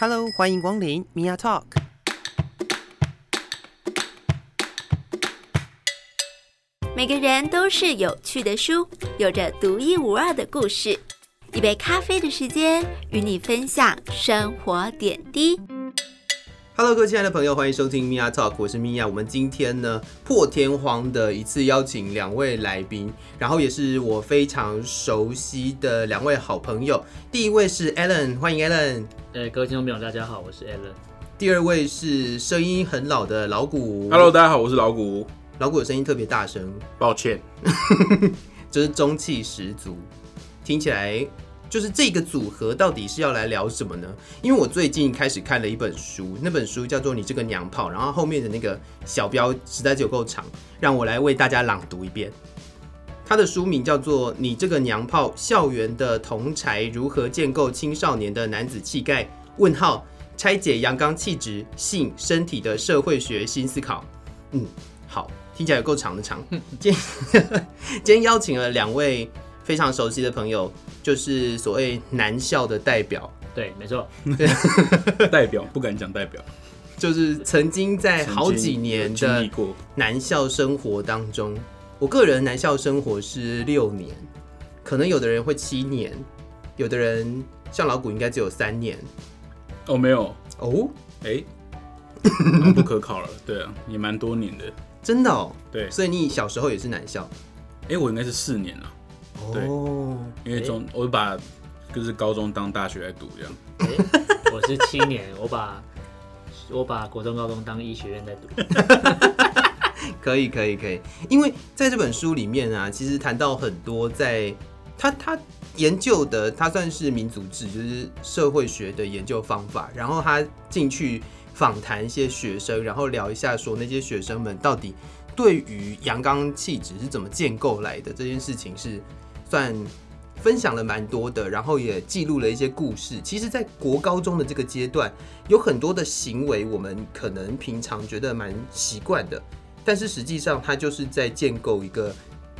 Hello，欢迎光临 Mia Talk。每个人都是有趣的书，有着独一无二的故事。一杯咖啡的时间，与你分享生活点滴。 Hello，各位亲爱的朋友，欢迎收听 Mia Talk，我是 Mia。我们今天呢破天荒的一次邀请两位来宾，然后也是我非常熟悉的两位好朋友。第一位是 Alan，欢迎 Alan。呃，各位听众朋友，大家好，我是 Alan。第二位是声音很老的老谷 Hello，大家好，我是老谷。老谷的声音特别大声，抱歉，就是中气十足，听起来就是这个组合到底是要来聊什么呢？因为我最近开始看了一本书，那本书叫做《你这个娘炮》，然后后面的那个小标实在是有够长，让我来为大家朗读一遍。它的书名叫做《你这个娘炮：校园的同柴如何建构青少年的男子气概？》问号拆解阳刚气质、性、身体的社会学新思考。嗯，好，听起来有够长的长。今天今天邀请了两位非常熟悉的朋友，就是所谓男校的代表，对，没错，代表不敢讲代表，就是曾经在哎好曾几经年有经的历过，男校生活当中，我个人男校生活是六年，可能有的人会七年，有的人像老谷应该只有三年哦，没有，哦，哎、那不可考了，对啊，也蛮多年的，真的哦，对，所以你小时候也是男校哎、我应该是四年了，对哦，因为中、我把就是高中当大学来读这样，诶我是七年，我把我把国中、高中当医学院在读。可以可以可以，因为在这本书里面啊，其实谈到很多在他他研究的，他算是民族志，就是社会学的研究方法。然后他进去访谈一些学生，然后聊一下说那些学生们到底对于阳刚气质是怎么建构来的这件事情是算。分享了蛮多的，然后也记录了一些故事。其实，在国高中的这个阶段，有很多的行为，我们可能平常觉得蛮习惯的，但是实际上它就是在建构一个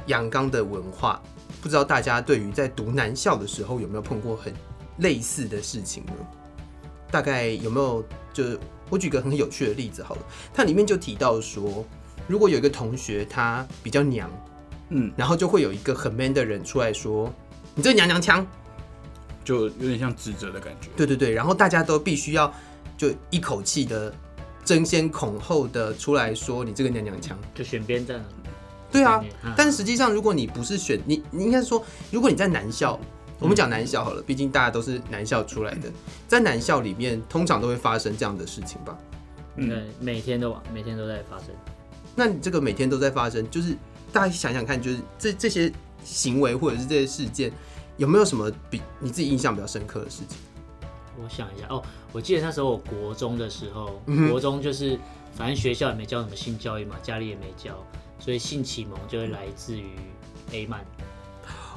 阳刚的文化。不知道大家对于在读男校的时候有没有碰过很类似的事情呢？大概有没有？就是我举个很有趣的例子好了，它里面就提到说，如果有一个同学他比较娘，嗯，然后就会有一个很 man 的人出来说：“你这娘娘腔。”就有点像指责的感觉，对对对，然后大家都必须要就一口气的争先恐后的出来说：“你这个娘娘腔。”就选边站了。对啊概念嗯，但实际上，如果你不是选你，你应该说，如果你在男校，我们讲男校好了，毕竟大家都是男校出来的，在男校里面，通常都会发生这样的事情吧？嗯嗯，每天都每天都在发生。那你这个每天都在发生，就是大家想想看，就是这这些行为或者是这些事件，有没有什么比你自己印象比较深刻的事情？我想一下哦，我记得那时候我国中的时候，嗯哼国中就是反正学校也没教什么性教育嘛，家里也没教，所以性启蒙就会来自于 A 漫，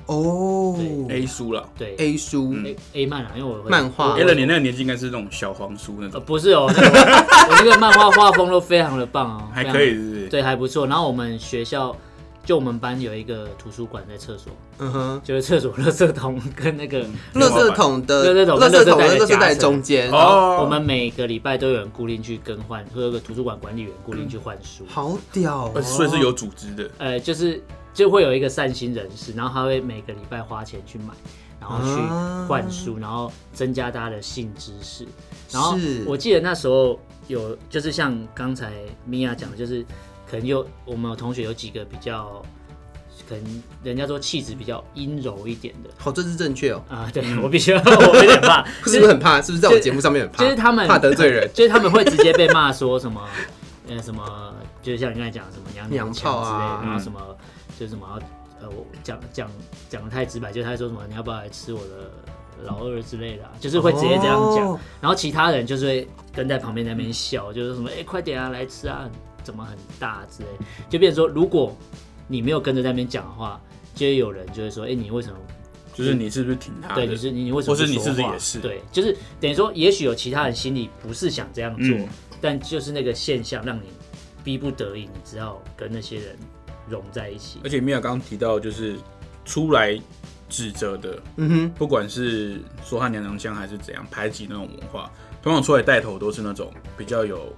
哦对，A 书了对 A 书， A A 漫啊，因为我会漫画我 a l 你那个年纪应该是那种小黄书那呃种，不是哦，那个我 我那个漫画画风都非常的棒哦，还非常可以，是不是？对，还不错。然后我们学校就我们班有一个图书馆在厕所，嗯哼，就是厕所垃圾桶跟那个，垃圾桶的垃圾桶跟圾桶垃圾袋的的垃圾袋夹层中间，哦，我们每个礼拜都有人固定去更换，会有个图书馆管理员固定去换书。好屌哦，呃所以是有组织的，呃，就是就会有一个善心人士，然后他会每个礼拜花钱去买，然后去啊换书，然后增加大家的性知识。然后是我记得那时候有，就是像刚才米娅讲的，就是可能有我们有同学有几个比较，可能人家说气质比较阴柔一点的好，这是正确哦。啊、对我必须要， 我有点怕，就是 不是很怕？是不是在我节目上面很怕？就是他们。怕得罪人就是他们会直接被骂说什么， 呃，什么，就是像你刚才讲的什么娘娘娘炮腔之类啊的，然后什么，就是什么，呃，我讲讲讲的太直白，就是他说什么你要不要来吃我的老二之类的啊、 就是会直接这样讲。哦嗯然后其他人就是会跟在旁边在那边笑，就是什么，哎、快点啊，来吃啊，怎么很大之类的，就变成说，如果你没有跟着在那边讲的话，就会有人就会说，哎、你为什么就是你是不是挺他的？对，你是你你为什么或是你说是不是话也是对，就是等于说，也许有其他人心里不是想这样做，嗯但就是那个现象让你逼不得已，你只好跟那些人融在一起而。且米娅刚刚提到，就是出来指责的，嗯哼，不管是说他娘娘腔还是怎样排挤那种文化，通常出来带头都是那种比较有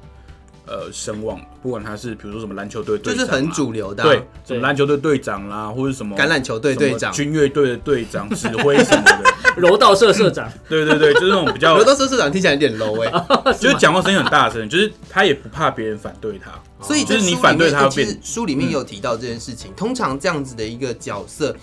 呃声望，不管他是比如说什么篮球队就队是长啊很主流的啊、对，什么篮球队队长啦，或者什么橄榄球队队长什么军乐队的队长、指挥什 么的，柔道社社长，对对对，就是那种比较刘，德社社长听起来有点 low 哎、就是讲话声音很大声，就是他也不怕别人反对他，哦所以就在是你书里反对面他欸其变嗯实书里面有提到这件事情。通常这样子的一个角色，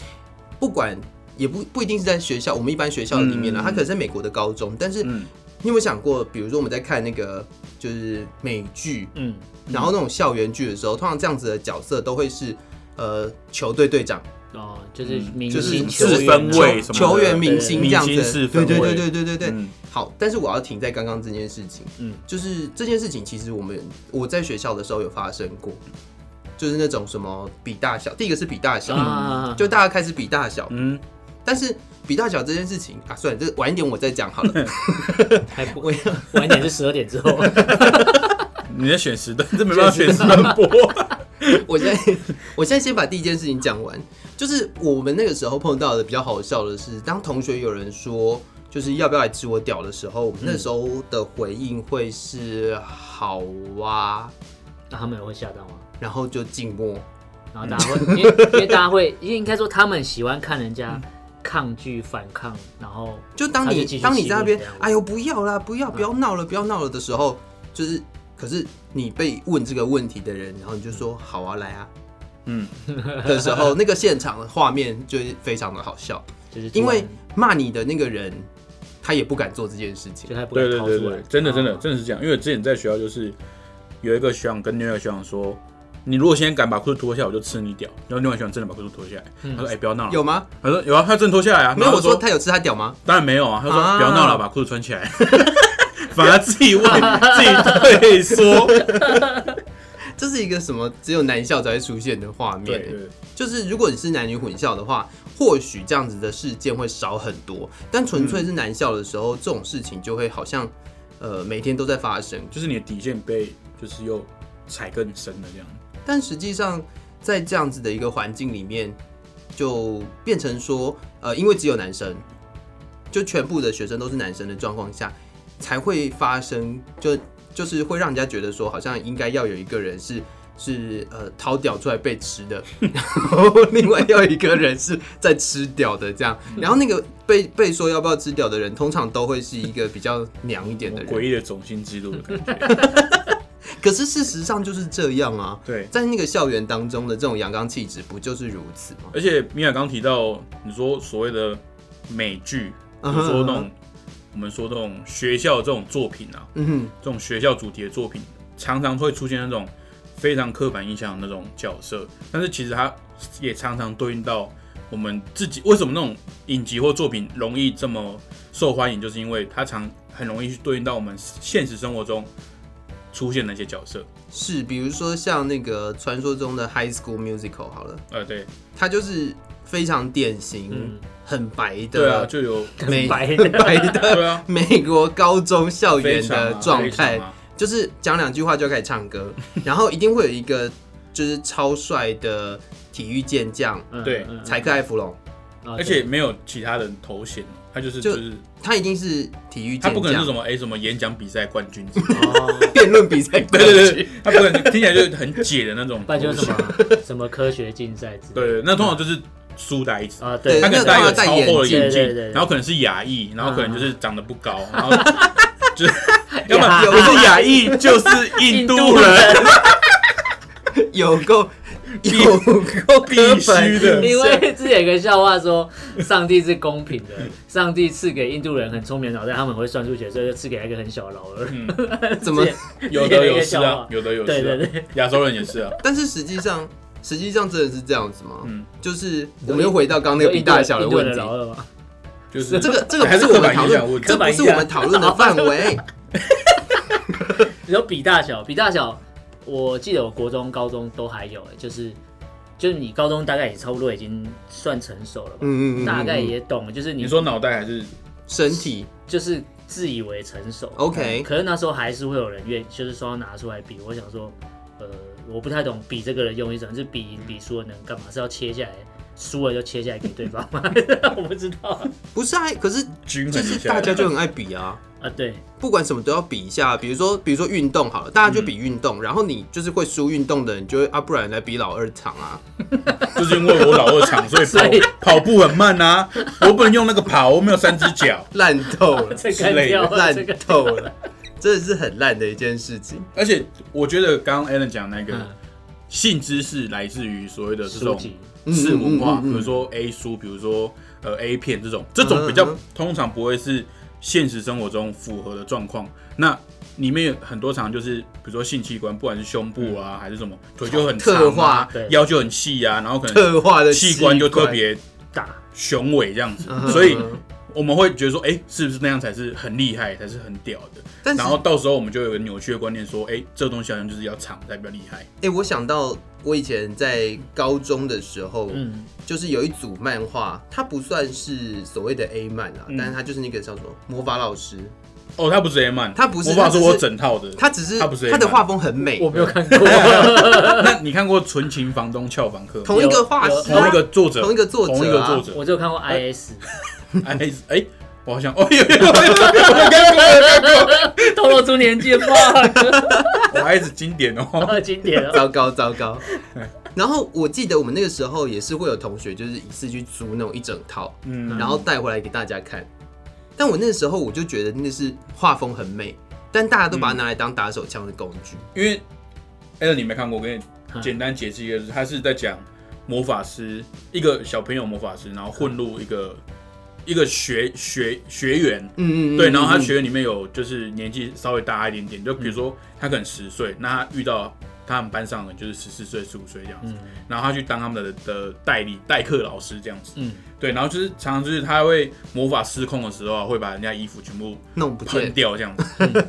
不管也不不一定是在学校，我们一般学校里面呢，嗯他可能在美国的高中，但是嗯，你有没有想过，比如说我们在看那个就是美剧，嗯，然后那种校园剧的时候，通常这样子的角色都会是呃球队队长、哦，就是嗯明就是星球四员分卫球什么的啊球员、对明星这明样子星是的。对对分对位对对对对。嗯好，但是我要停在刚刚这件事情，嗯就是这件事情其实我们我在学校的时候有发生过，就是那种什么比大小，第一个是比大小，啊，就大家开始比大小，嗯，但是比大小这件事情啊，算了，这晚一点我再讲好了。还不晚一点是十二点之 后，你在选时段，这没办法选时段 播。我现在 我现在先把第一件事情讲完，就是我们那个时候碰到的比较好笑的是，当同学有人说就是要不要来吃我屌的时候，我们那时候的回应会是好啊，那他们也会吓到吗？啊然后就静默。然后大家会，因为因为大家会，因为应该说他们喜欢看人嗯家抗拒、反抗，然后就当他就你继续当你欺在那负边这样，哎呦不要啦，不要不要闹了，不要闹了的时候，就是可是你被问这个问题的人，然后你就说好啊，来 啊嗯，的时候，那个现场的画面就非常的好笑，就是突然因为骂你的那个人他也不敢做这件事情就。他不对敢对掏对出对来，，真的真的啊真的是这样，因为之前在学校就是有一个学长跟另外一个学长说，你如果现在敢把裤子脱下来，我就吃你屌。然后另外一个学长真的把裤子脱下来，他说哎、不要闹了，嗯有吗？他说有啊，他真的脱下来啊，没有，然后我他说说他有吃他屌吗？当然没有啊，他说啊不要闹了，把裤子穿起来， 反而自己问自己 退缩，这是一个什么只有男校才会出现的画面、对对对就是如果你是男女混校的话，或许这样子的事件会少很多，但纯粹是男校的时候，这种事情就会好像呃每天都在发生。就是你的底线被就是又踩更深了这样。但实际上，在这样子的一个环境里面，就变成说，呃，因为只有男生，就全部的学生都是男生的状况下，才会发生，就就是会让人家觉得说，好像应该要有一个人是。是呃，掏屌出来被吃的，然后另外要有一个人是在吃屌的这样，然后那个被被说要不要吃屌的人，通常都会是一个比较娘一点的诡人。异的种姓制度的 感觉，可是事实上就是这样啊，对，在那个校园当中的这种阳刚气质，不就是如此吗？而且米娅刚提到你说所谓的美剧，比嗯如哼说嗯那种我们说这种学校这种作品啊，嗯这种学校主题的作品，常常会出现那种非常刻板印象的那种角色，但是其实它也常常对应到我们自己。为什么那种影集或作品容易这么受欢迎，就是因为它常很容易去对应到我们现实生活中出现的一些角色。哼，是，比如说像那个传说中的《High School Musical》好了，呃，对，它就是非常典型、嗯很白对啊，的、就有，美很白很白的 对啊，美国高中校非园常的啊状非常态，啊就是讲两句话就开始唱 歌，然后一定会有一个就是超帅的体育健将嗯对嗯嗯柴克艾弗隆，啊而且没有其他人头衔，他就是就就是他一定是体育他不健可能是什将，么哎、什么演讲比赛冠军之类 对哦的，辩论比赛， 对对对，他不可能听起来就是很解的那 种不然头就是什衔。 么什么科学竞赛之类的。对，那通常就是书呆子，啊，对对，他可嗯那能个戴一要个戴超厚的眼镜对对眼镜对对，然后可能是亚裔，然后可能就是长得不高，然后就是要亚么不是亚裔就是印度 人，有够有够必刻板须的。因为之前有个笑话说，上帝是公平的，上帝赐给印度人很聪明的脑袋，他们很会算数学，所以就赐给他一个很小的老二。嗯，怎 么？有的有失啊，有的有对对失啊对，亚洲人也是啊，但是实际上，实际上真的是这样子吗？嗯就是我们又回到刚刚那个比大小印的度人问的题老。二嘛，就是这个这个还不是是我刻们板讨印象论，问题这不是我们讨论的范围。你说比大小，比大小，我记得我国中、高中都还有、欸就是就是你高中大概也差不多已经算成熟了吧，嗯嗯嗯嗯大概也懂了，就是你你说脑袋还是身体就是自以为成熟嗯 OK 可是那时候还是会有人愿，就是说要拿出来比。我想说，呃，我不太懂比这个人用意什么，就是比比说能干嘛？是要切下来输了就切下来给对方 吗？我不知道不是啊，可是均就衡是一下，大家就很爱比啊。啊，对，不管什么都要比一下，比如说，比如说运动好了，大家就比运嗯动，然后你就是会输运动的人，你就会啊，不然来比老二场 啊，就是因为我老二长，所以所以跑跑步很慢啊，我不能用那个跑，我没有三只脚，烂透了，这干掉了，这烂个透 了，真的是很烂的一件事情。而且我觉得刚刚 Alan 讲那个嗯，性知识来自于所谓的这书种籍是文化，嗯嗯嗯嗯比如说 A 书，比如说呃 A 片这种，这种比嗯较嗯通常不会是现实生活中符合的状况。那里面有很多常就是，比如说性器官，不管是胸部啊、还是什么，腿就很嗯特长化啊对，腰就很细啊，然后可能特化的器官就特，别大雄伟这样子嗯，所以嗯嗯我们会觉得说，哎、是不是那样才是很厉害，才是很屌的？但是然后到时候我们就有个扭曲的观念，说，哎、这东西好像就是要长才比较厉害。哎、我想到我以前在高中的时候，嗯，就是有一组漫画，它不算是所谓的 A 漫啊，嗯但是它就是那个叫什么魔法老师，哦，他不是 A 漫，他不是我他爸说只是我整套的，它只是它不是 A 它的漫画风很美，我没有看过， 那你看过《纯情房东俏房客》吗？同一个画师、啊，同一个作者，同一个作者啊同一个作者。我只有看过 IS， 哎哎，我好像哦，有有有有有有看过，有看过透露出年纪了 fuck，我还是经典哦。经典了，啊糟糕糟糕。然后我记得我们那个时候也是会有同学，就是一次去租那种一整套，嗯，然后带回来给大家看。但我那时候我就觉得那是画风很美，但大家都把它拿来当打手枪的工具。因为艾伦你没看过，我给你简单解释一个，他是在讲魔法师一个小朋友魔法师，然后混入一个一个学学学员，嗯嗯嗯，对，然后他嗯学员里面有就是年纪稍微大一点点，就比如说他可能十岁，那他遇到他们班上的就是十四岁、十五岁这样子，然后他去当他们的的代理代课老师这样子，嗯，对，然后就是常常就是他会魔法失控的时候啊，会把人家衣服全部弄不喷见，掉这样子，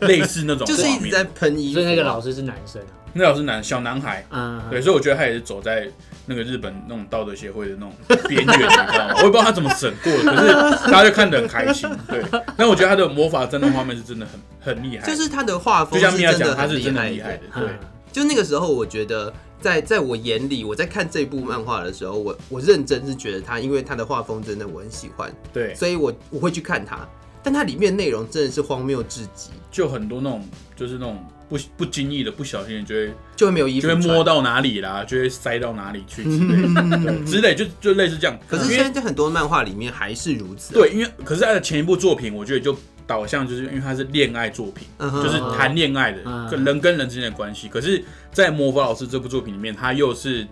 类似那种就是画一面直在喷衣服所啊。以那个老师是男生啊，那老师男小男孩，嗯，对，所以我觉得他也是走在那个日本那种道德协会的那种边缘，你知道吗？ 我也不知道他怎么审过的，可是大家就看得很开心。对，但我觉得他的魔法真的画面是真的很很厉害，就是他的画就风像是米娅真讲，的他很是真的很厉厉害害的。嗯，对，就那个时候，我觉得在在我眼里，我在看这部漫画的时候，我我认真是觉得他，因为他的画风真的我很喜欢，对，所以我我会去看他。但它里面内容真的是荒谬至极，就很多那种就是那种不不经意的不小心就会就会没有衣服就会穿嗯摸到哪里啦，就会塞到哪里 去之类的， 对，之类就就类似这样。可是因为现在在很多漫画里面还是如此、，对，因为可是他的前一部作品，我觉得就导向就是因为他是恋爱作品，嗯哼就是谈恋爱的、嗯跟人跟人之间的关系。可是，在《魔法老师》这部作品里面，他又是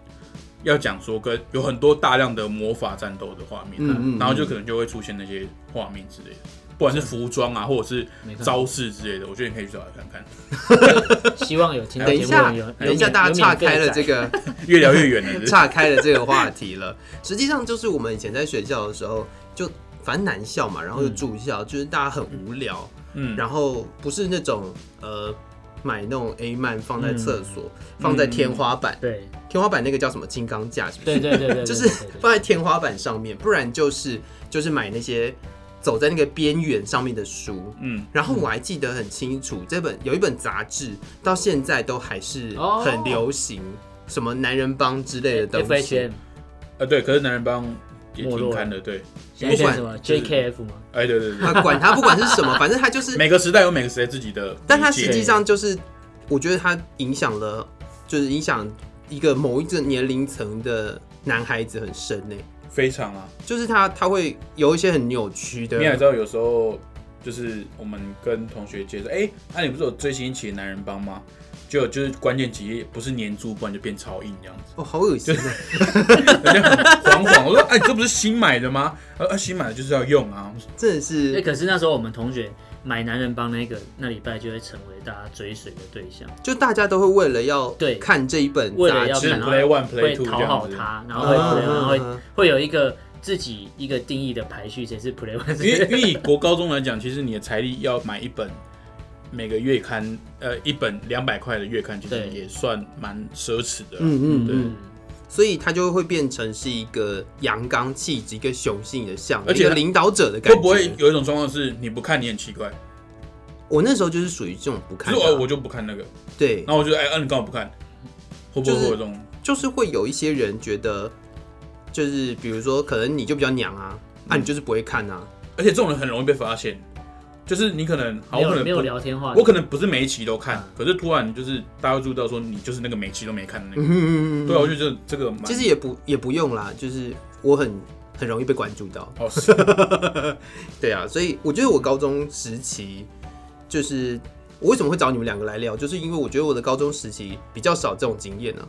要讲说跟有很多大量的魔法战斗的画面，嗯嗯然后就可能就会出现那些画面之类的。不管是服装啊，或者是没看过招式之类的，我觉得你可以去找来看看。希望有听到等一节目下的有，，等一下，大家岔开了这个，个越聊越远 了是不是，岔开了这个话题了。实际上就是我们以前在学校的时候，就反正男校嘛，然后又住校，就是大家很无聊，嗯，然后不是那种呃买那种 A 漫放在厕所，嗯放在天花板，对天花板那个叫什么金刚架是不是？嗯对对对对，对就是对对放在天花板上面，不然就是就是买那些走在那个边缘上面的书。嗯，然后我还记得很清楚，这本有一本杂志到现在都还是哦很流行，什么男人帮之类的东西。 FHM 呃，对，可是男人帮也没挺落看了的，对，现在不管变什么就是 JKF 吗？哎，对对对，啊，管它不管是什么，反正它就是，每个时代有每个时代自己的理解，但它实际上就是，我觉得它影响了，就是影响一个某一个年龄层的男孩子很深呢、非常啊，就是他他会有一些很扭曲的你，也知道，有时候就是我们跟同学介绍，哎、那、你不是有最新一期的《男人帮》吗？就就是关键几页不是粘住，不然就变超硬这样子，哦，好恶心啊！人家很惶惶。我说，哎、这不是新买的吗？呃、啊，新买的就是要用啊。 真的哎， 是，可是那时候我们同学买男人帮那个那礼拜就会成为大家追随的对象，就大家都会为了要对看这一本为了杂要志是看到 play one, play 会 two 讨这样好子他，然后嗯会然后嗯会嗯会有一个自己一个定义的排序，谁是 play one，因为谁因为以国高中来讲，其实你的财力要买一本每个月刊，呃，一本两百块的月刊，其实对也算蛮奢侈的。嗯嗯对嗯，所以他就会变成是一个阳刚气质、一个雄性的象征，而且一个领导者的感会觉。不会有一种状况是你不看你很奇怪？我那时候就是属于这种不可看是哦的啊、我我就不看那个，对然，后我就哎，嗯、你干嘛不看？会不会就是会有这种？就是会有一些人觉得，就是比如说，可能你就比较娘啊，那、你就是不会看 啊，而且这种人很容易被发现，就是你可能好，没我可有能没有不聊天话题，我可能不是每一期都看，可是突然就是大家都注意到说你就是那个每一期都没看的那个，嗯，对啊，我就觉得这个蛮其实也不也不用啦，就是我很很容易被关注到，哦是，对啊，所以我觉得我高中时期就是我为什么会找你们两个来聊，就是因为我觉得我的高中时期比较少这种经验啊，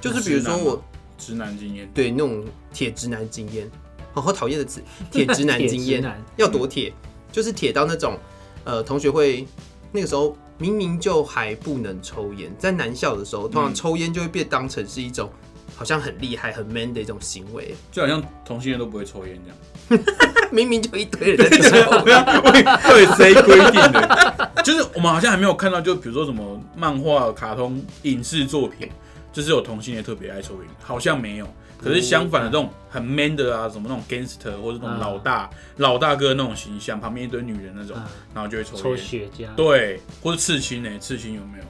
就是比如说直男我吗直男经验，对那种铁直男经验，好好讨厌的词，铁直男经 铁直验男要多铁，就是铁到那种呃同学会那个时候明明就还不能抽烟，在男校的时候，通常嗯抽烟就会被当成是一种好像很厉害很 man 的一种行为， 就好像同性恋都不会抽烟这样。明明就一堆人在抽。对啊，喂到底谁规定的？就是我们好像还没有看到，就比如说什么漫画、卡通、影视作品，就是有同性恋特别爱抽烟，好像没有。可是相反的，这种很 man 的啊，什么那种 gangster 或者嗯那种老大、老大哥那种形象，旁边一堆女人那种，嗯然后就会抽抽烟。雪茄，对，或者刺青呢、欸刺青有没有？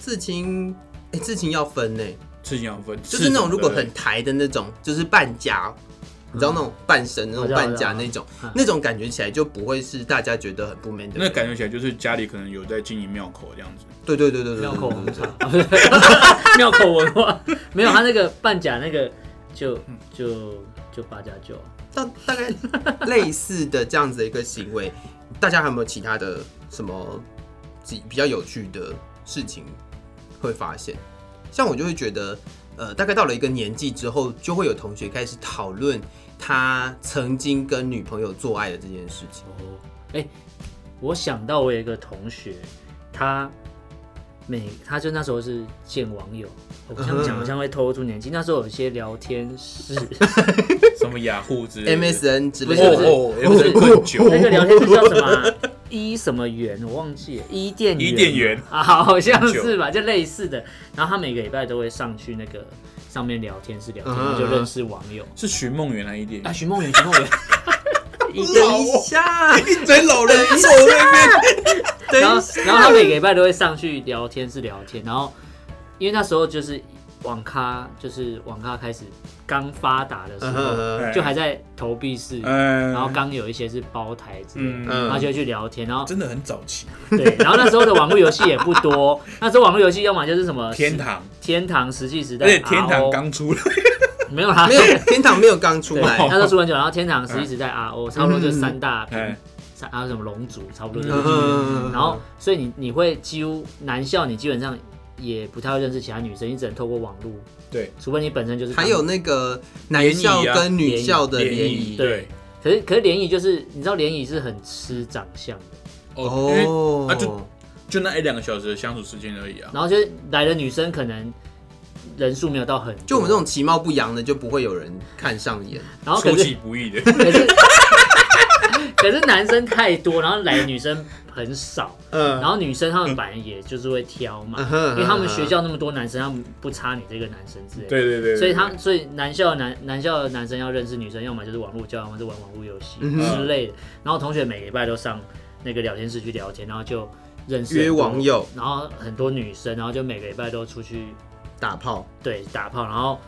刺青，哎、刺青要分呢、刺青要分，就是那种刺青如果对很台的那种，就是半甲，你嗯知道那种半身那我种知道半甲我知道那种嗯，那种感觉起来就不会是大家觉得很不 man 的人。那感觉起来就是家里可能有在经营庙口这样子。对对对对对，庙对口对对红茶， 庙口文化没有他那个半甲那个就就就八加九，啊大大概类似的这样子的一个行为，大家还有没有其他的什么比比较有趣的事情会发现？像我就会觉得，呃，大概到了一个年纪之后，就会有同学开始讨论他曾经跟女朋友做爱的这件事情。哦，哎、我想到我有一个同学，他每他就那时候是见网友，我这样讲好像会透露出年纪。那时候有一些聊天室，什么雅虎之类的 MSN 之类不是不是的，哦哦，不是更久， 那个聊天室叫什么啊、一什么园，我忘记了，伊甸园，伊甸园啊，好像是吧，就类似的。然后他每个礼拜都会上去那个上面聊天室聊天，嗯嗯嗯就认识网友。是寻梦园还是伊甸园哎啊，？寻梦园，寻梦 园，伊甸等一下，一堆老人 坐那边，等然一后下，然后他每个礼拜都会上去聊天是聊天，然后因为那时候就是网咖，就是网咖开始刚发达的时嗯哼候，嗯哼就还在投币式，嗯，然后刚有一些是包台之类的，嗯嗯然后就会去聊天，然后真的很早期，对，然后那时候的网络游戏也不多，那时候网络游戏要么就是什么天堂，天堂石器时代，而且天堂 RO 刚出来，没有啦，没有天堂没有刚出对，来，那时候出很久，然后天堂石器时代 RO 差不多就三大平哎，三还有什么龙族，差不多就是这些。嗯然后，所以你你会几乎男校，你基本上也不太会认识其他女生，你只能透过网络，对，除非你本身就是还有那个男校跟女校的联谊，对，可是可是联谊就是你知道联谊是很吃长相的，哦，因为哦，啊就就那一两个小时的相处时间而已啊，然后就是来的女生可能人数没有到很多，就我们这种其貌不扬的，就不会有人看上眼。然后可出是其不意的， 可是 可是男生太多，然后来的女生很少，嗯呃然后女生她们本来也就是会挑嘛，嗯哼因为他们学校那么多男生，他们不差你这个男生之类的。对对对，所以他对所以男校的男男校的男生要认识女生，要么就是网络交友，要么就玩网络游戏嗯哼之类的。然后同学每个礼拜都上那个聊天室去聊天，然后就认识约很多网，友然后很多女生，然后就每个礼拜都出去打炮，对打炮，然后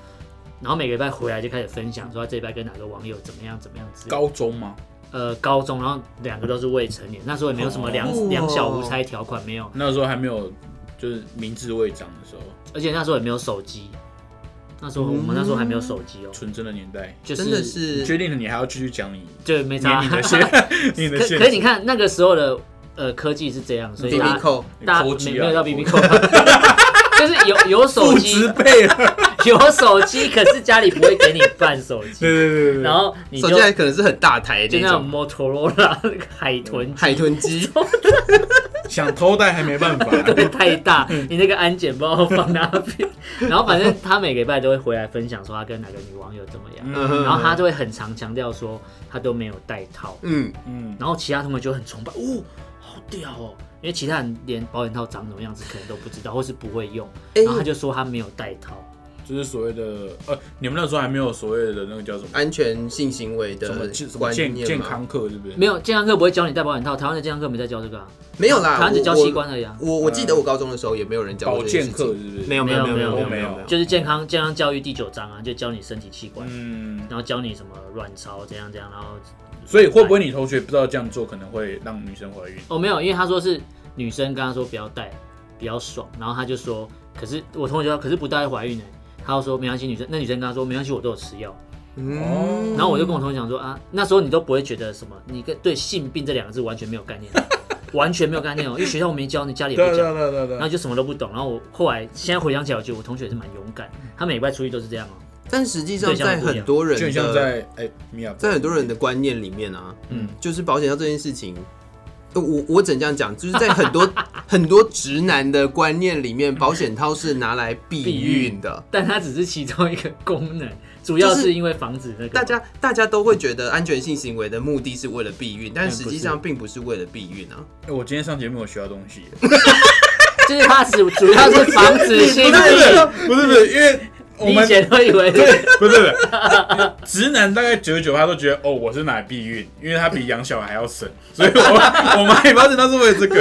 然后每个礼拜回来就开始分享说他啊这礼拜跟哪个网友怎么样怎么样之类的。高中嘛，呃，高中，然后两个都是未成年，那时候也没有什么两、哦两小无猜条款没有，那时候还没有就是明智未长的时候，而且那时候也没有手机，那时候、我们那时候还没有手机哦，纯真的年代，就是真的你确是定了你还要继续讲你就没你差 你的线，你的可线，可是你看那个时候的呃科技是这样，所嗯以 B 大 B 家扣，大家你抠机没啊没 有到 B B 扣，就是有有手不 机支配 了，有手机，可是家里不会给你办手机， 对对对对对，然后你手就机还可能是很大台就的那那种种 Motorola 那个海 豚海豚 机，想偷带还没办法，会太大，嗯你那个安检不知道放哪 边。然后反正他每个礼拜都会回来分享说他跟哪个女网友怎么样，嗯然后他就会很常强调说他都没有戴套，嗯，嗯，然后其他同学就很崇拜，哦，好屌哦！因为其他人连保险套长什么样子可能都不知道，或是不会用，哎然后他就说他没有带套，就是所谓的呃，你们那时候还没有所谓的那个叫什啊么安全性行为什么的健什么观念健吗健康课是不是？没有健康课不会教你戴保险套，台湾的健康课没在教这个啊，没有台啦，湾只我教器官而已啊。我我记得我高中的时候也没有人教过保这件健事课情，是不是？没有有没没有有没有没没有就是健康健康教育第九章啊，就教你身体器官，嗯，然后教你什么卵巢怎样怎样，然后所以会不会你同学不知道这样做可能会让女生怀孕？哦没有，因为他说是女生跟他说不要戴，比较爽，然后他就说，可是我同学说可是不戴会怀孕呢、他就说没关系，女生那女生跟他说没关系，我都有吃药。嗯哦，然后我就跟我同学讲说啊，那时候你都不会觉得什么，你跟对性病这两个字完全没有概念， 完全没有概念哦，因为学校没教，你家里也对啊不对讲，对对对然后就什么都不懂。然后我后来现在回想起来，我觉得我同学也是蛮勇敢，他每礼拜出去都是这样哦。但实际上对象在不一样很多人就很像的在哎米娅，在很多人的观念里面啊，嗯就是保险套这件事情，呃我我只能这样讲，就是在很 多很多直男的观念里面，保险套是拿来避避孕孕的。但它只是其中一个功能，主要就是是因为防止那个大家大家都会觉得安全性行为的目的是为了避孕，但实际上哎并不是为了避孕啊。哎我今天上节目有学到东西耶，就是它主主要是防止性不是病。 不是不是，因为我你们以前都以为不是不是， 直男大概九十九他都觉得哦，我是拿来避孕，因为他比养小孩还要省，所以我我买保险套是为了这个。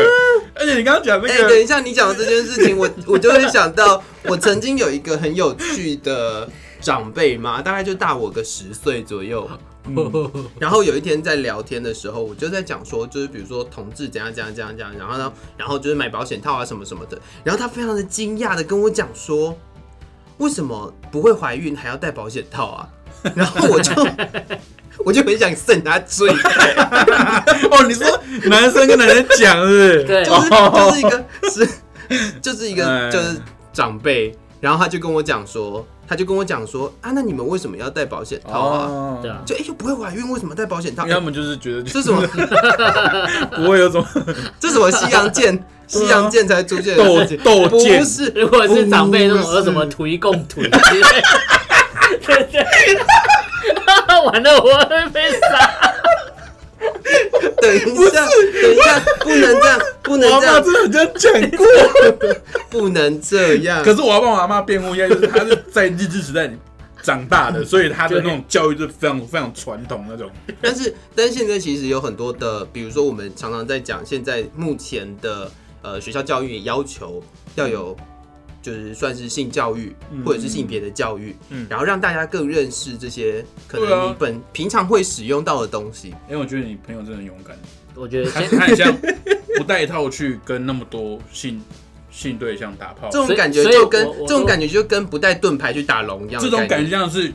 而且你刚刚讲那哎、个，等一下，你讲的这件事情，我 我就会想到，我曾经有一个很有趣的长辈嘛，大概就大我个十岁左右。然后有一天在聊天的时候，我就在讲说，就是比如说同志怎样怎样怎样怎样，然后呢，然后就是买保险套啊什么什么的。然后他非常的惊讶的跟我讲说，为什么不会怀孕还要戴保险套啊？然后我就我就很想扇他嘴， 哦，你说男生跟男生讲是不是？对就是就是一个是就是一个哎就是长辈，然后他就跟我讲说，他就跟我讲说啊，那你们为什么要戴保险套啊？哦对，啊，就哎、又不会怀孕，为什么戴保险套哎因为？他们就是觉得这什么？不会有种这什么西洋 剑？西洋剑才出现的斗事情？斗不剑，是，啊如果是长辈那种不有什么图一共图之类的， 对对， 完了我会被杀。等一下，等一下，不能这样，不我能阿这妈样，真的这样讲过。不能这样。可是我要帮我阿妈辩护一下，就是她是在日治时代长大的，所以她的那种教育是非常非常传统那种。但是，但是现在其实有很多的，比如说我们常常在讲，现在目前的呃学校教育也要求要有，就是算是性教育嗯或者是性别的教育，嗯然后让大家更认识这些可对能啊你本、平常会使用到的东西。因哎为我觉得你朋友真的很勇敢。我觉得他先他很像不带套去跟那么多性性对象打炮，这种所以感觉哦所以就跟我我这种感觉就跟不带盾牌去打龙一样的这种感感觉像是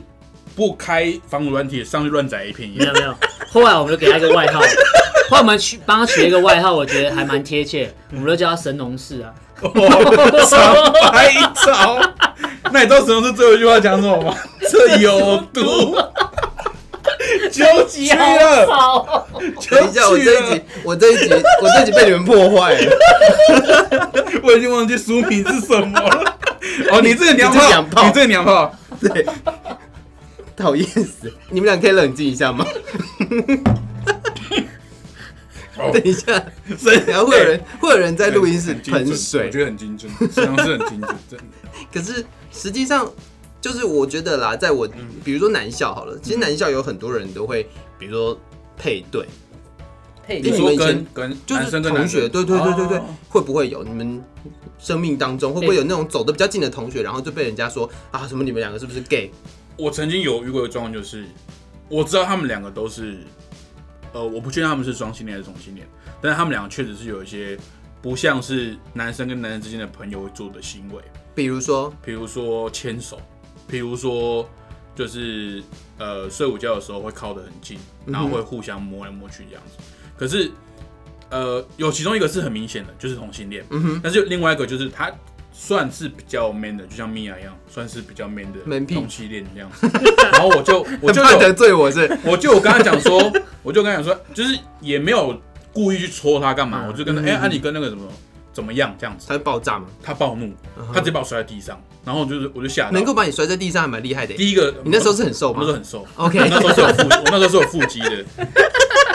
不开防毒软体上去乱载 A 片一没有样。没有，后来我们就给他一个外号，后来我们取帮他取了一个外号，我觉得还蛮贴切，我们就叫他神农氏啊。 少拍照。哦那你知道神农氏最后一句话讲 什么吗？这有毒，就去了，好，就等一啊下，我去这一了集。，我这一集，我这一集被你们破坏了。我已经忘记书名是什么了。哦，你这个娘你这娘炮炮，你这个娘炮，对，讨厌死！你们俩可以冷静一下吗？ 等一下，然后会有人会有人在录音室哎很精准喷我水，觉得很精准，神农氏很精准，真的。可是实际上就是我觉得啦，在我嗯比如说男校好了，其实男校有很多人都会，比如说配对，配你你说说跟跟跟哦就是同学，对对对对对，会不会有你们生命当中会不会哎有那种走的比较近的同学，然后就被人家说啊什么你们两个是不是 gay？我曾经有遇过的状况就是，我知道他们两个都是，呃，我不确定他们是双性恋还是同性恋，但是他们两个确实是有一些不像是男生跟男生之间的朋友会做的行为，比如说比如说牵手，比如说就是呃睡午觉的时候会靠得很近，嗯哼然后会互相摸来摸去这样子。可是呃，有其中一个是很明显的，就是同性恋，嗯哼但是有另外一个就是他算是比较 man 的，就像米娅一样，算是比较 man 的 Man 屁同性恋这样子。 然后我 就我就很怕得有罪我 是我就我跟他讲说， 我就跟他讲说，就是也没有故意去戳他干嘛，嗯我就跟他嗯哎，嗯啊你跟那个什么怎么样这样子，才会爆炸嘛，他暴怒，他直接把我摔在地上，然后我就是我就吓到。嗯能够把你摔在地上还蛮厉害的耶。第一个，你那时候是很瘦我吗那时候很瘦 OK 我那时候是有腹，我那时候是有腹肌的。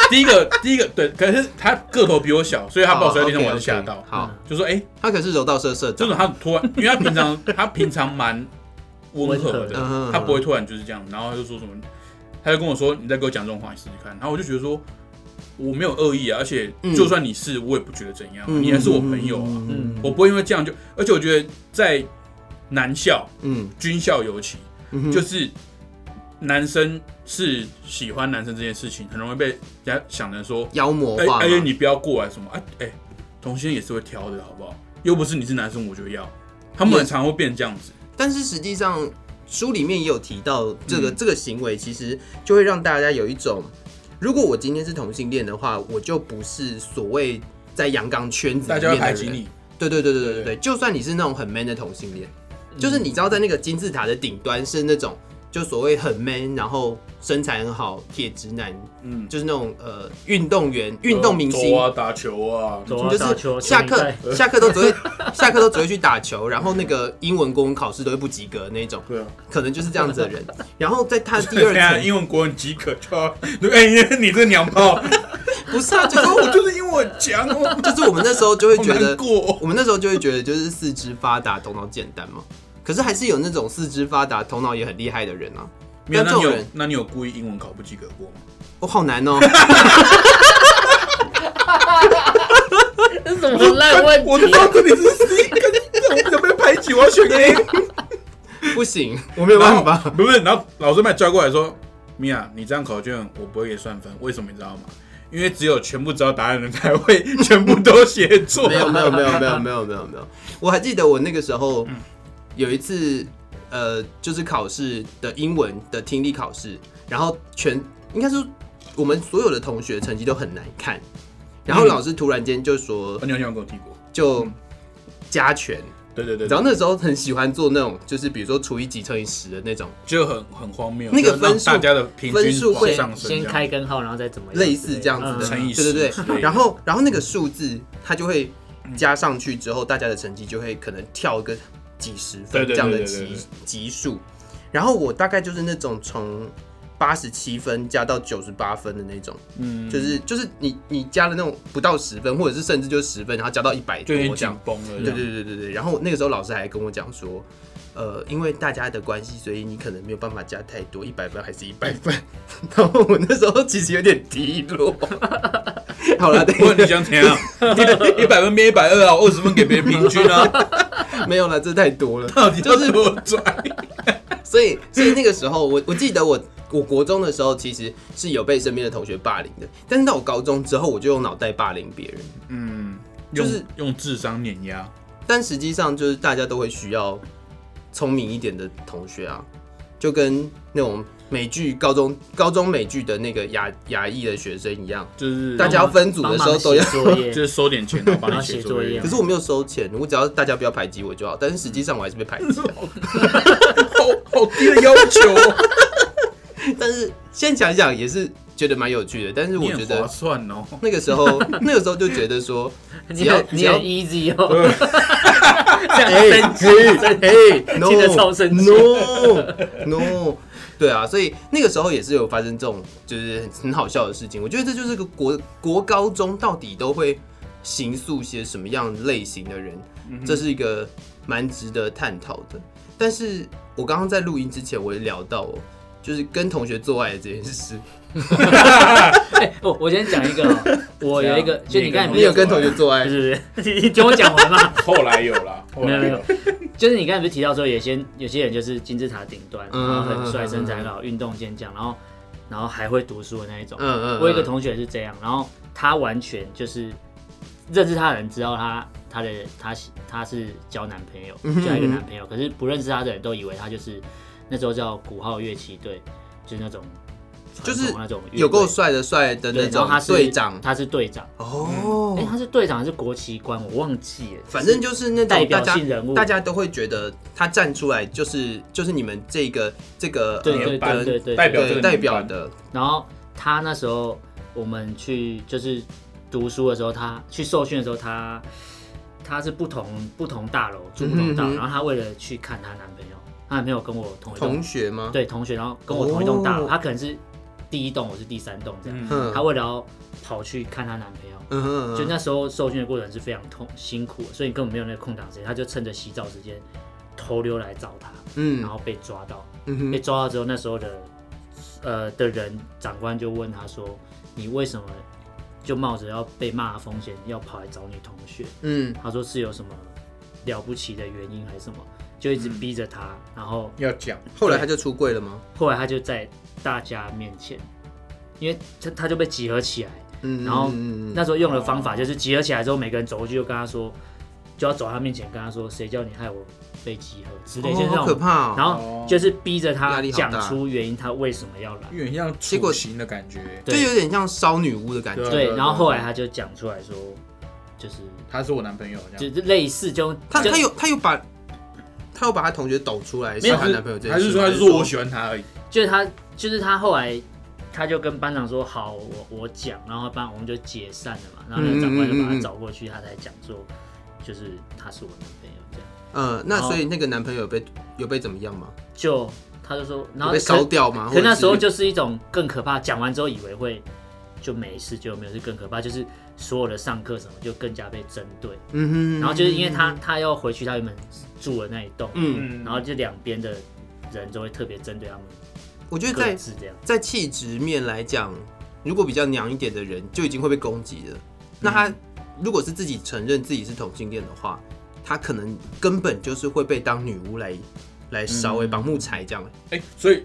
第一个，第一个，对，可是他个头比我小，所以他把我摔在地上，哦我，OK，就吓到 OK，，好，就说哎，他可是柔道社社长就是他突然，因为他平常他平常蛮温和温和的，嗯他不会突然就是这样，然后他就说什么，他就跟我说你再给我讲这种话，你试试看。然后我就觉得说我没有恶意啊，而且嗯就算你是，我也不觉得怎样啊，嗯你还是我朋友啊，嗯我不会因为这样就，而且我觉得在男校、嗯，军校尤其，嗯哼就是男生是喜欢男生这件事情，很容易被人家想成说，妖魔哎化嘛，哎、你不要过来什么，哎、哎，同性恋也是会挑的好不好？又不是你是男生我就要，他们很常会变这样子。但是实际上，书里面也有提到这个、嗯这个行为，其实就会让大家有一种，如果我今天是同性恋的话，我就不是所谓在阳刚圈子大里家会面的排挤人。你，对对对对对对对对，就算你是那种很 man 的同性恋，就是你知道在那个金字塔的顶端是那种就所谓很 man，然后身材很好，铁直男，嗯，就是那种呃运动员、运动明星走。啊，打球啊，走你啊，打球，就是下球课赛下课都只会 下课都只会去打球，然后那个英文公文考试都会不及格那种。对啊，可能就是这样子的人。然后在他的第 对二啊，层，英文国文即可就要， 哎、你这娘 炮，不是啊，就哦是我就是英文很强哦，就是我们那时候就会好觉难得，过。我们那时候就会觉得就是四肢发达，头脑简单嘛。可是还是有那种四肢发达、头脑也很厉害的人啊。没有，但那这种你有人，那你有故意英文考不及格过吗？ 我、好难 哦。这是什么烂问我都题知？道这里是 C，跟 我怎么被排挤？我要选 A，不行，我没有办然后法。不是，然后老师把你抓过来说：“米娅，你这样考卷我不会给你算分，为什么你知道吗？因为只有全部知道答案的人才会 全部都写错。没有没有没有没有没有没有没有，我还记得我那个时候有一次，呃，就是考试的英文的听力考试，然后全应该说我们所有的同学成绩都很难看，然后嗯老师突然间就说哦，你好像有跟我提过，就加权，对对对，然后那时候很喜欢做那种，就是比如说除以几乘以十的那种，就很很荒谬，那个就是让分数大家的平分均数往会上升，先开根号，然后再怎么样类似这样子之类的，的乘以对对十之类对。的然后然后那个数字它就会加上去之后，大家的成绩就会可能跳个几十分对对这样的对对级对对级数。然后我大概就是那种从八十七分加到九十八分的那种，嗯，就是就是你你加了那种不到十分，或者是甚至就十分，然后加到一百多就有点这样紧。绷了。对对对对对。然后那个时候老师还跟我讲说，呃，因为大家的关系，所以你可能没有办法加太多，一百分还是一百分。 然后我那时候其实有点低落。 好了，不过你对，想怎样？ 一百分变一百二啊，二十分给别人平均啊， 没有了，这太多了。到底要就是多拽？所以，所以那个时候，我我记得我我国中的时候，其实是有被身边的同学霸凌的。但是到我高中之后，我就用脑袋霸凌别人。嗯，就用是用智商碾压。但实际上，就是大家都会需要聪明一点的同学啊，就跟那种美剧高中高中美剧的那个亚亚裔的学生一样，就是大家要分组的时候都要。帮忙写作业就是收点钱，然后帮然你后写写作作业业可。是我没有收钱，我只要大家不要排挤我就好。但是实际上我还是被 排挤、啊。好好低的要求哦，但是现在想想也是觉得蛮有趣的。但是我你觉很划得算哦。那个时候， 那个时候就觉得说，只你要很只你要很 easy 哦，这样生气，哎哎听得超生气 no no，对啊，所以那个时候也是有发生这种就是很好笑的事情。我觉得这就是个国国高中到底都会形塑些什么样类型的人，嗯这是一个蛮值得探讨的。但是我刚刚在录音之前，我也聊到哦，就是跟同学做爱的这件事。哎，我我先讲一个哦，我有一个，就你刚才你有跟同学做爱不？是不是，你听我讲完嘛。后来有啦， 后没有来没有，就是你刚才不是提到说，有些有些人就是金字塔顶端，然嗯后很帅，嗯身材很好，运动健将，然后然后还会读书的那一种。嗯嗯，我有一个嗯同学是这样，然后他完全就是认识他的人知道他他的他他是交男朋友，嗯哼交一个男朋友，可是不认识他的人都以为他就是那时候叫鼓号乐器队，就是那种就传是统那种乐队有够帅的帅的对那然种后他是队长他是队长，哦哎、，他是队长还是国旗官？我忘记了，反正就是那代种大表家性人物大家都会觉得他站出来就是就是你们这个这个对呃对班对对对，代表这个对年代表班的，然后他那时候我们去就是读书的时候，他去受训的时候，他他是不同不同大楼住不同大楼，嗯哼然后他为了去看她男朋友，她男朋友跟我同一栋同学吗？对同学，然后跟我同一栋大楼，哦他可能是第一栋，我是第三栋这样，嗯，嗯，他为了要跑去看她男朋友。嗯哼，嗯就那时候受训的过程是非常痛辛苦的，所以你根本没有那个空档时间，他就趁着洗澡时间偷溜来找他，然嗯后被抓到。嗯被哼抓到之后，那时候的呃的人长官就问他说：“你为什么就冒着要被骂的风险，要跑来找你同学嗯？”他说：“是有什么了不起的原因还是什么？”就一直嗯逼着他，然后要讲，后来他就出柜了吗？后来他就在大家面前，因为他他就被集合起来，嗯，然后嗯嗯嗯那时候用的方法就是集合起来之后，每个人走过去就跟他说，就要走到他面前跟他说：“谁叫你害我被集合之类，哦就那好可种。”怕哦，然后就是逼着压他力好讲大出原因，他为什么要来。有点像结果处刑的感觉。就对有点像烧女巫的感觉。对啊对，然后后来他就讲出来说，就是他是我男朋友这样，就是类似就他就他有他有把他有把他同学抖出来，没有是她男朋友这件他事是吗说他是还说我喜欢他而已。就是他就是他后来他就跟班长说好，我我讲，然后班我们就解散了嘛，然后那个长官就嗯把嗯嗯嗯他找过去，他才讲说就是他是我男朋友这样，嗯，那然后所以那个男朋友有被有被怎么样吗？就他就说，然有后被烧可掉吗？可那时候或者就是一种更可怕，讲完之后以为会。就没事，就没有是更可怕，就是所有的上课什么就更加被针对，是嗯哼，然后就是因为他他要回去他原本住的那一栋，嗯，然后就两边的人就会特别针对他们我觉得各在自这样。在气质面来讲，如果比较娘一点的人就已经会被攻击了。嗯那他如果是自己承认自己是同性恋的话，他可能根本就是会被当女巫来来稍微嗯绑木柴这样。哎、所以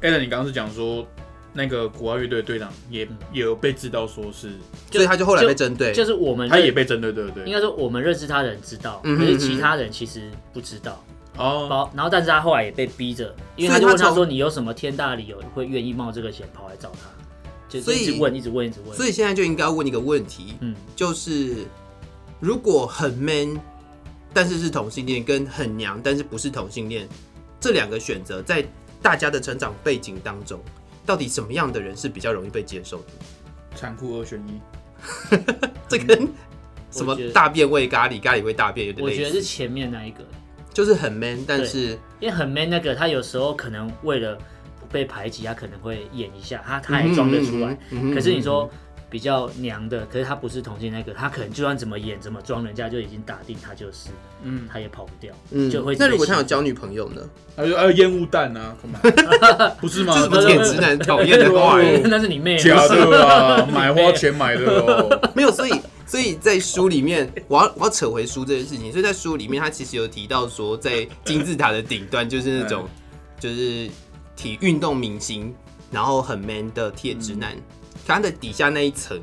a l n 你刚刚是讲说那个国外乐队队长也、嗯也有被知道说是，就所以他就后来被针对。就是我们他也认被针对，对不对？应该说我们认识他的人知道，嗯可嗯是嗯其他人其实不知道。哦，包然后但是他后来也被逼着，因为所以他就他问他从说你有什么天大的理由会愿意冒这个险跑来找他？就所就以一直问，一直问，一直问。所以现在就应该问一个问题，嗯，就是如果很 man，但是是同性恋，跟很娘但是不是同性恋，这两个选择在大家的成长背景当中，到底什么样的人是比较容易被接受的？残酷二选一， 这跟什么我觉得大便喂咖喱，咖喱喂大便有点我觉得类是似，前面那一个，就是很 man，但是因为很 man 那个，他有时候可能为了不被排挤，他可能会演一下，他他也装得出嗯来。。哼嗯哼可是你说比较娘的，可是他不是同性那个，他可能就算怎么演怎么装，人家就已经打定他就是，嗯，他也跑不掉，嗯就会那如果他有直接交女朋友呢？还有还有烟雾弹啊，干嘛？不是吗这？怎么不是舔直男讨厌的 话？对欸啊那是你妹啊，假的啊，买花钱买的哦。没有，所以所以在书里面，我要我要扯回书这件事情，所以在书里面，他其实有提到说，在金字塔的顶端就是那种嗯就是体运动明星，然后很 man 的铁直男，嗯他的底下那一层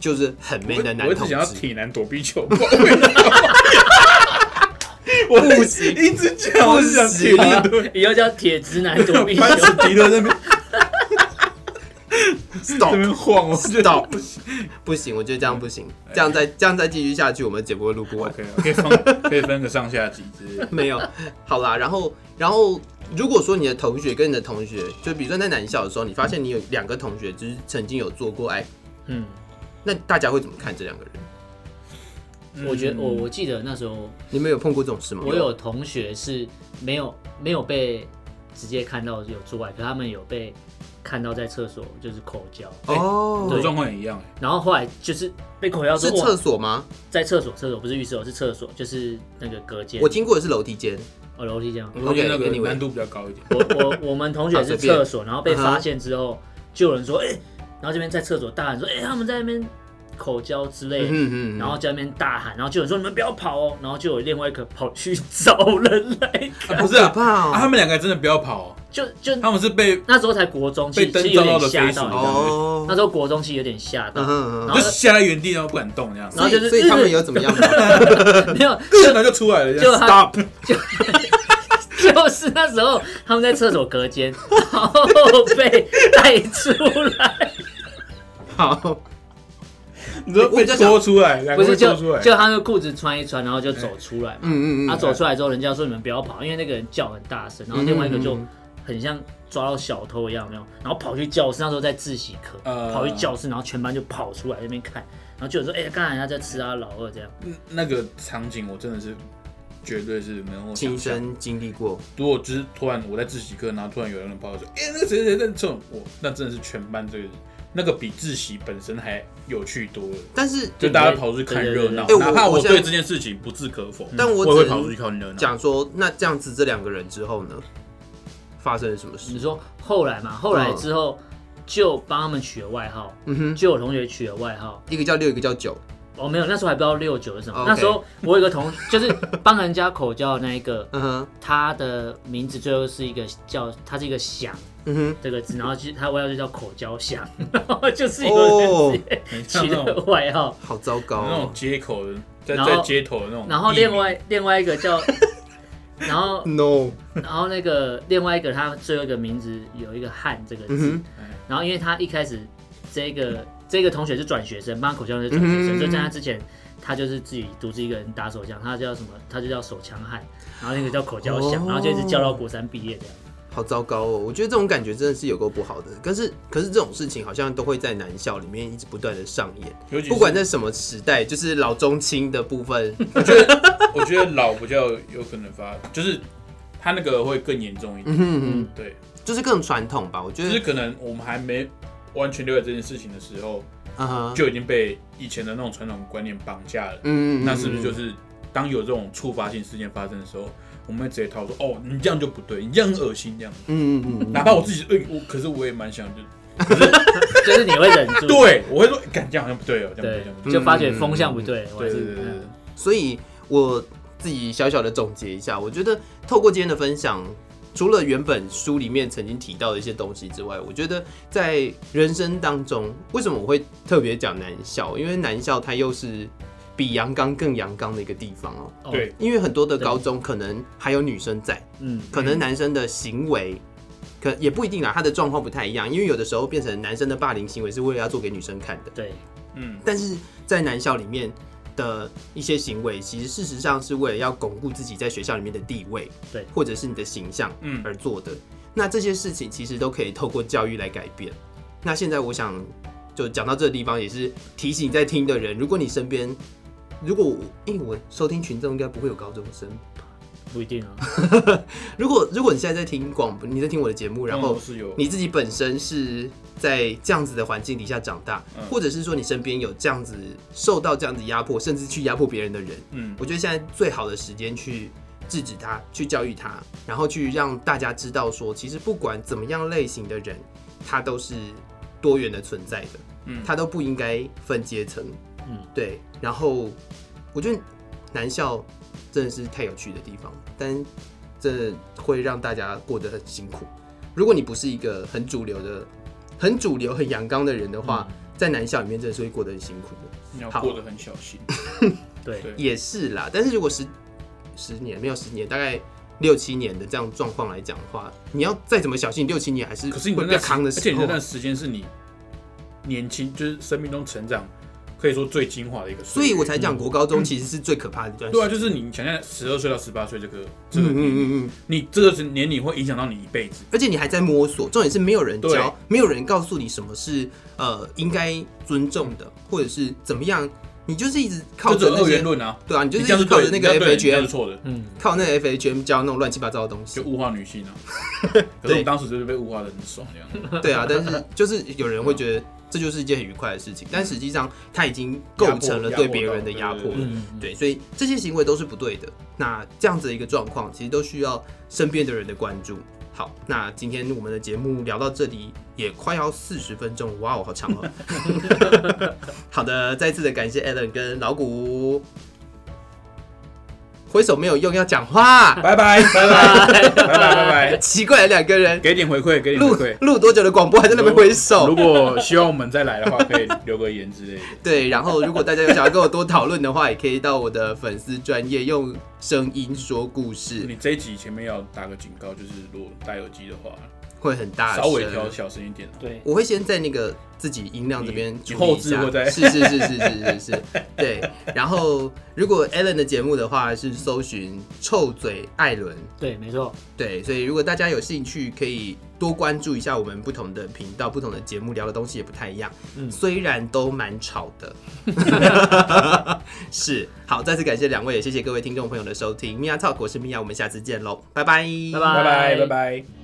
就是很 man 的我男一直同想要志。铁男躲避球，不好意思我不行一直讲，我是想铁男躲避球 以后叫铁直男 躲避球。班史迪的那边那 Stop 边晃，哦我觉得 stop，不 行，我觉得这样不行，这样再这样再继续下去，我们节目会录不完。 OK，可以分可以分个上下集之类的。没有，好啦，然后然后如果说你的同学跟你的同学，就比如说在南校的时候，你发现你有两个同学就是曾经有做过爱，嗯，那大家会怎么看这两个人？我觉得我我记得那时候你们有碰过这种事吗？我有同学是没有没有被直接看到有做爱，可他们有被看到在厕所就是口交，哦，我状况也一样，欸然后后来就是被口交之是后厕所吗？在厕所，厕所不是浴室哦，是厕所，就是那个隔间，我经过的是楼梯间，哦楼梯间哦。我觉得那个 anyway 难度比较高一点。我我我们啊同学是厕所，然后嗯被发现之后，就有人说，哎、然后这边在厕所大喊说，哎、他们在那边口交之类的，嗯嗯然后在那边大喊，然后就有人说你们不要跑哦，然后就有另外一个跑去找人来，啊不是啊可怕哦啊他们两个真的不要跑哦，就就他们是被那时候才国中，其被实灯其实有照到点的吓飞鼠到，你知道吗哦那，时候国中其实有点吓嗯，到哼嗯就哼，然后吓在原地，然后不敢动这样，然后就是所以所以他们有怎么样 吗？ 没有，然后就出来了，这样就 他 stop，就是那时候他们在厕所隔间， 然后被带出来，好，你知道被拖出来，两不个是被就拖出来，就他们裤子穿一穿，然后就走出来嘛。嗯嗯嗯，他走出来之后，人家说你们不要跑，因为那个人叫很大声，然后另外一个就嗯很像抓到小偷一样，有没有？然后跑去教室，那时候在自习课，呃跑去教室，然后全班就跑出来那边看，然后就有人说，哎、刚才人家在吃他老二这样，嗯那个场景，我真的是绝对是没有亲想象。身经历过，如果只是突然我在自习课，然后突然有人跑来说，哎，那个谁谁谁在冲我，那真的是全班这个那个比自习本身还有趣多了。但是就大家跑去看热闹，对对对对哪怕哎我我我现在对这件事情不置可否，但我我只能也会跑出去看热闹。讲说，那这样子这两个人之后呢，发生了什么你事？说后来嘛，后来之后就帮他们取了外号，嗯哼，就有同学取了外号。一个叫六，一个叫九，哦，没有，那时候还不知道六九是什么。哦 OK 那时候我有一个同， 就是帮人家口交的那一个，嗯哼，他的名字最后是一个叫，他是一个响嗯哼，这个字，然后其实他外号就叫口交响，然后就是有哦人直接很 像取那了种外号。好糟糕那种哦、街口的，在然后在街头的那种。然后另，外另外一个叫，然后 No，然后那个另外一个他最后一个名字有一个汉这个字，嗯然后因为他一开始这个这个同学是转学生，帮他口腔是转学生，嗯所以在他之前。他就是自己独自一个人打手枪，他叫什么？他就叫手枪汉，然后那个叫口交响，哦然后就一直叫到国三毕业这样。哼，好糟糕哦！我觉得这种感觉真的是有够不好的。可是，可是这种事情好像都会在男校里面一直不断的上演，尤其是不管在什么时代，就是老中青的部 分。我觉得老比较有可能发，就是他那个会更严重一点。嗯哼哼，对，就是更传统吧。我觉就是得，可能我们还没完全了解这件事情的时候，嗯哼，就已经被以前的那种传统观念绑架了。嗯那是不是就是当有这种触发性事件发生的时候，我们会直接逃说：“哦，你这样就不对，你这样很恶心。”这样，嗯嗯嗯，哪怕我自己，哎，我可是我也蛮想就就是你会忍住，对，我会说，哎感觉好像不 对哦，这样不对对这样不嗯对。就发觉风向不对，我还对是对对对对嗯。所以我自己小小的总结一下，我觉得透过今天的分享，除了原本书里面曾经提到的一些东西之外，我觉得在人生当中，为什么我会特别讲男校？因为男校它又是比阳刚更阳刚的一个地方哦、哦对，因为很多的高中可能还有女生在，嗯，可能男生的行为。可也不一定啦，他的状况不太一样，因为有的时候变成男生的霸凌行为是为了要做给女生看的。对，嗯，但是在男校里面的一些行为，其实事实上是为了要巩固自己在学校里面的地位，对或者是你的形象，嗯而做的。那这些事情其实都可以透过教育来改变。那现在我想就讲到这个地方，也是提醒在听的人，如果你身边，如果我因为我收听群众应该不会有高中生，不一定啊。如果如果你现在在听广播，你在听我的节目，然后当是有你自己本身是在这样子的环境底下长大，嗯或者是说你身边有这样子受到这样子压迫，甚至去压迫别人的人，嗯我觉得现在最好的时间去制止他，去教育他，然后去让大家知道说，其实不管怎么样类型的人，他都是多元的存在的，嗯他都不应该分阶层，嗯对。然后我觉得男校真的是太有趣的地方，但这会让大家过得很辛苦。如果你不是一个很主流的、很主流、很阳刚的人的话，嗯在男校里面真的是会过得很辛苦的。你要好过得很小心。对对也是啦，但是如果十十年没有十年，大概六七年的这样状况来讲的话，你要再怎么小心，六七年还是可是你会那比较段扛的时而且时你候那啊。段时间是你年轻，就是生命中成长可以说最精华的一个岁所月。以我才讲国高中其实是最可怕的一段时嗯对啊，间。就是你想象十二岁到十八岁这个这嗯个嗯年龄，嗯嗯，你这个是年龄会影响到你一辈子。而且你还在摸索，重点是没有人对教，没有人告诉你什么是呃应该尊重的，或者是怎么样，你就是一直靠这着种那二元些，论啊，对啊，你就你是这样是靠对着的，那个你这样对的你这样 FHM，是错的，嗯，靠那个 FHM 教那种乱七八糟的东西就，物化 女性啊。可是对我们当时就是被物化的很爽这样。对啊，但是就是有人会觉得这就是一件很愉快的事情，但实际上它已经构成了对别人的压迫压迫了。到嗯，对，所以这些行为都是不对的。那这样子的一个状况，其实都需要身边的人的关注。好，那今天我们的节目聊到这里，也快要四十分钟，哇哦，好长哦。好的，再次的感谢 Alan 跟老谷，挥手没有用，要讲话。 拜拜拜拜拜拜拜拜，奇怪，两个人给点回馈，给点录回馈。录多久的广播还在那边挥手如？果希望我们再来的话，可以留个言之类的。对，然后如果大家有想要跟我多讨论的话，也可以到我的粉丝专业用声音说故事，你这一集前面要打个警告，就是如果戴耳机的话，会很大稍微声调小声一点啊。对，我会先在那个自己音量这边你注意后一置下会，在是是是是是是是，对。然后如果 Alan 的节目的话是搜寻臭嘴艾伦，对，没错，对，所以如果大家有兴趣，可以多关注一下我们不同的频道、不同的节目，聊的东西也不太一样。嗯虽然都蛮吵的， 是好。再次感谢两位，也谢谢各位听众朋友的收听。米娅 Talk，我是米娅，我们下次见喽，拜拜，拜拜拜拜拜拜。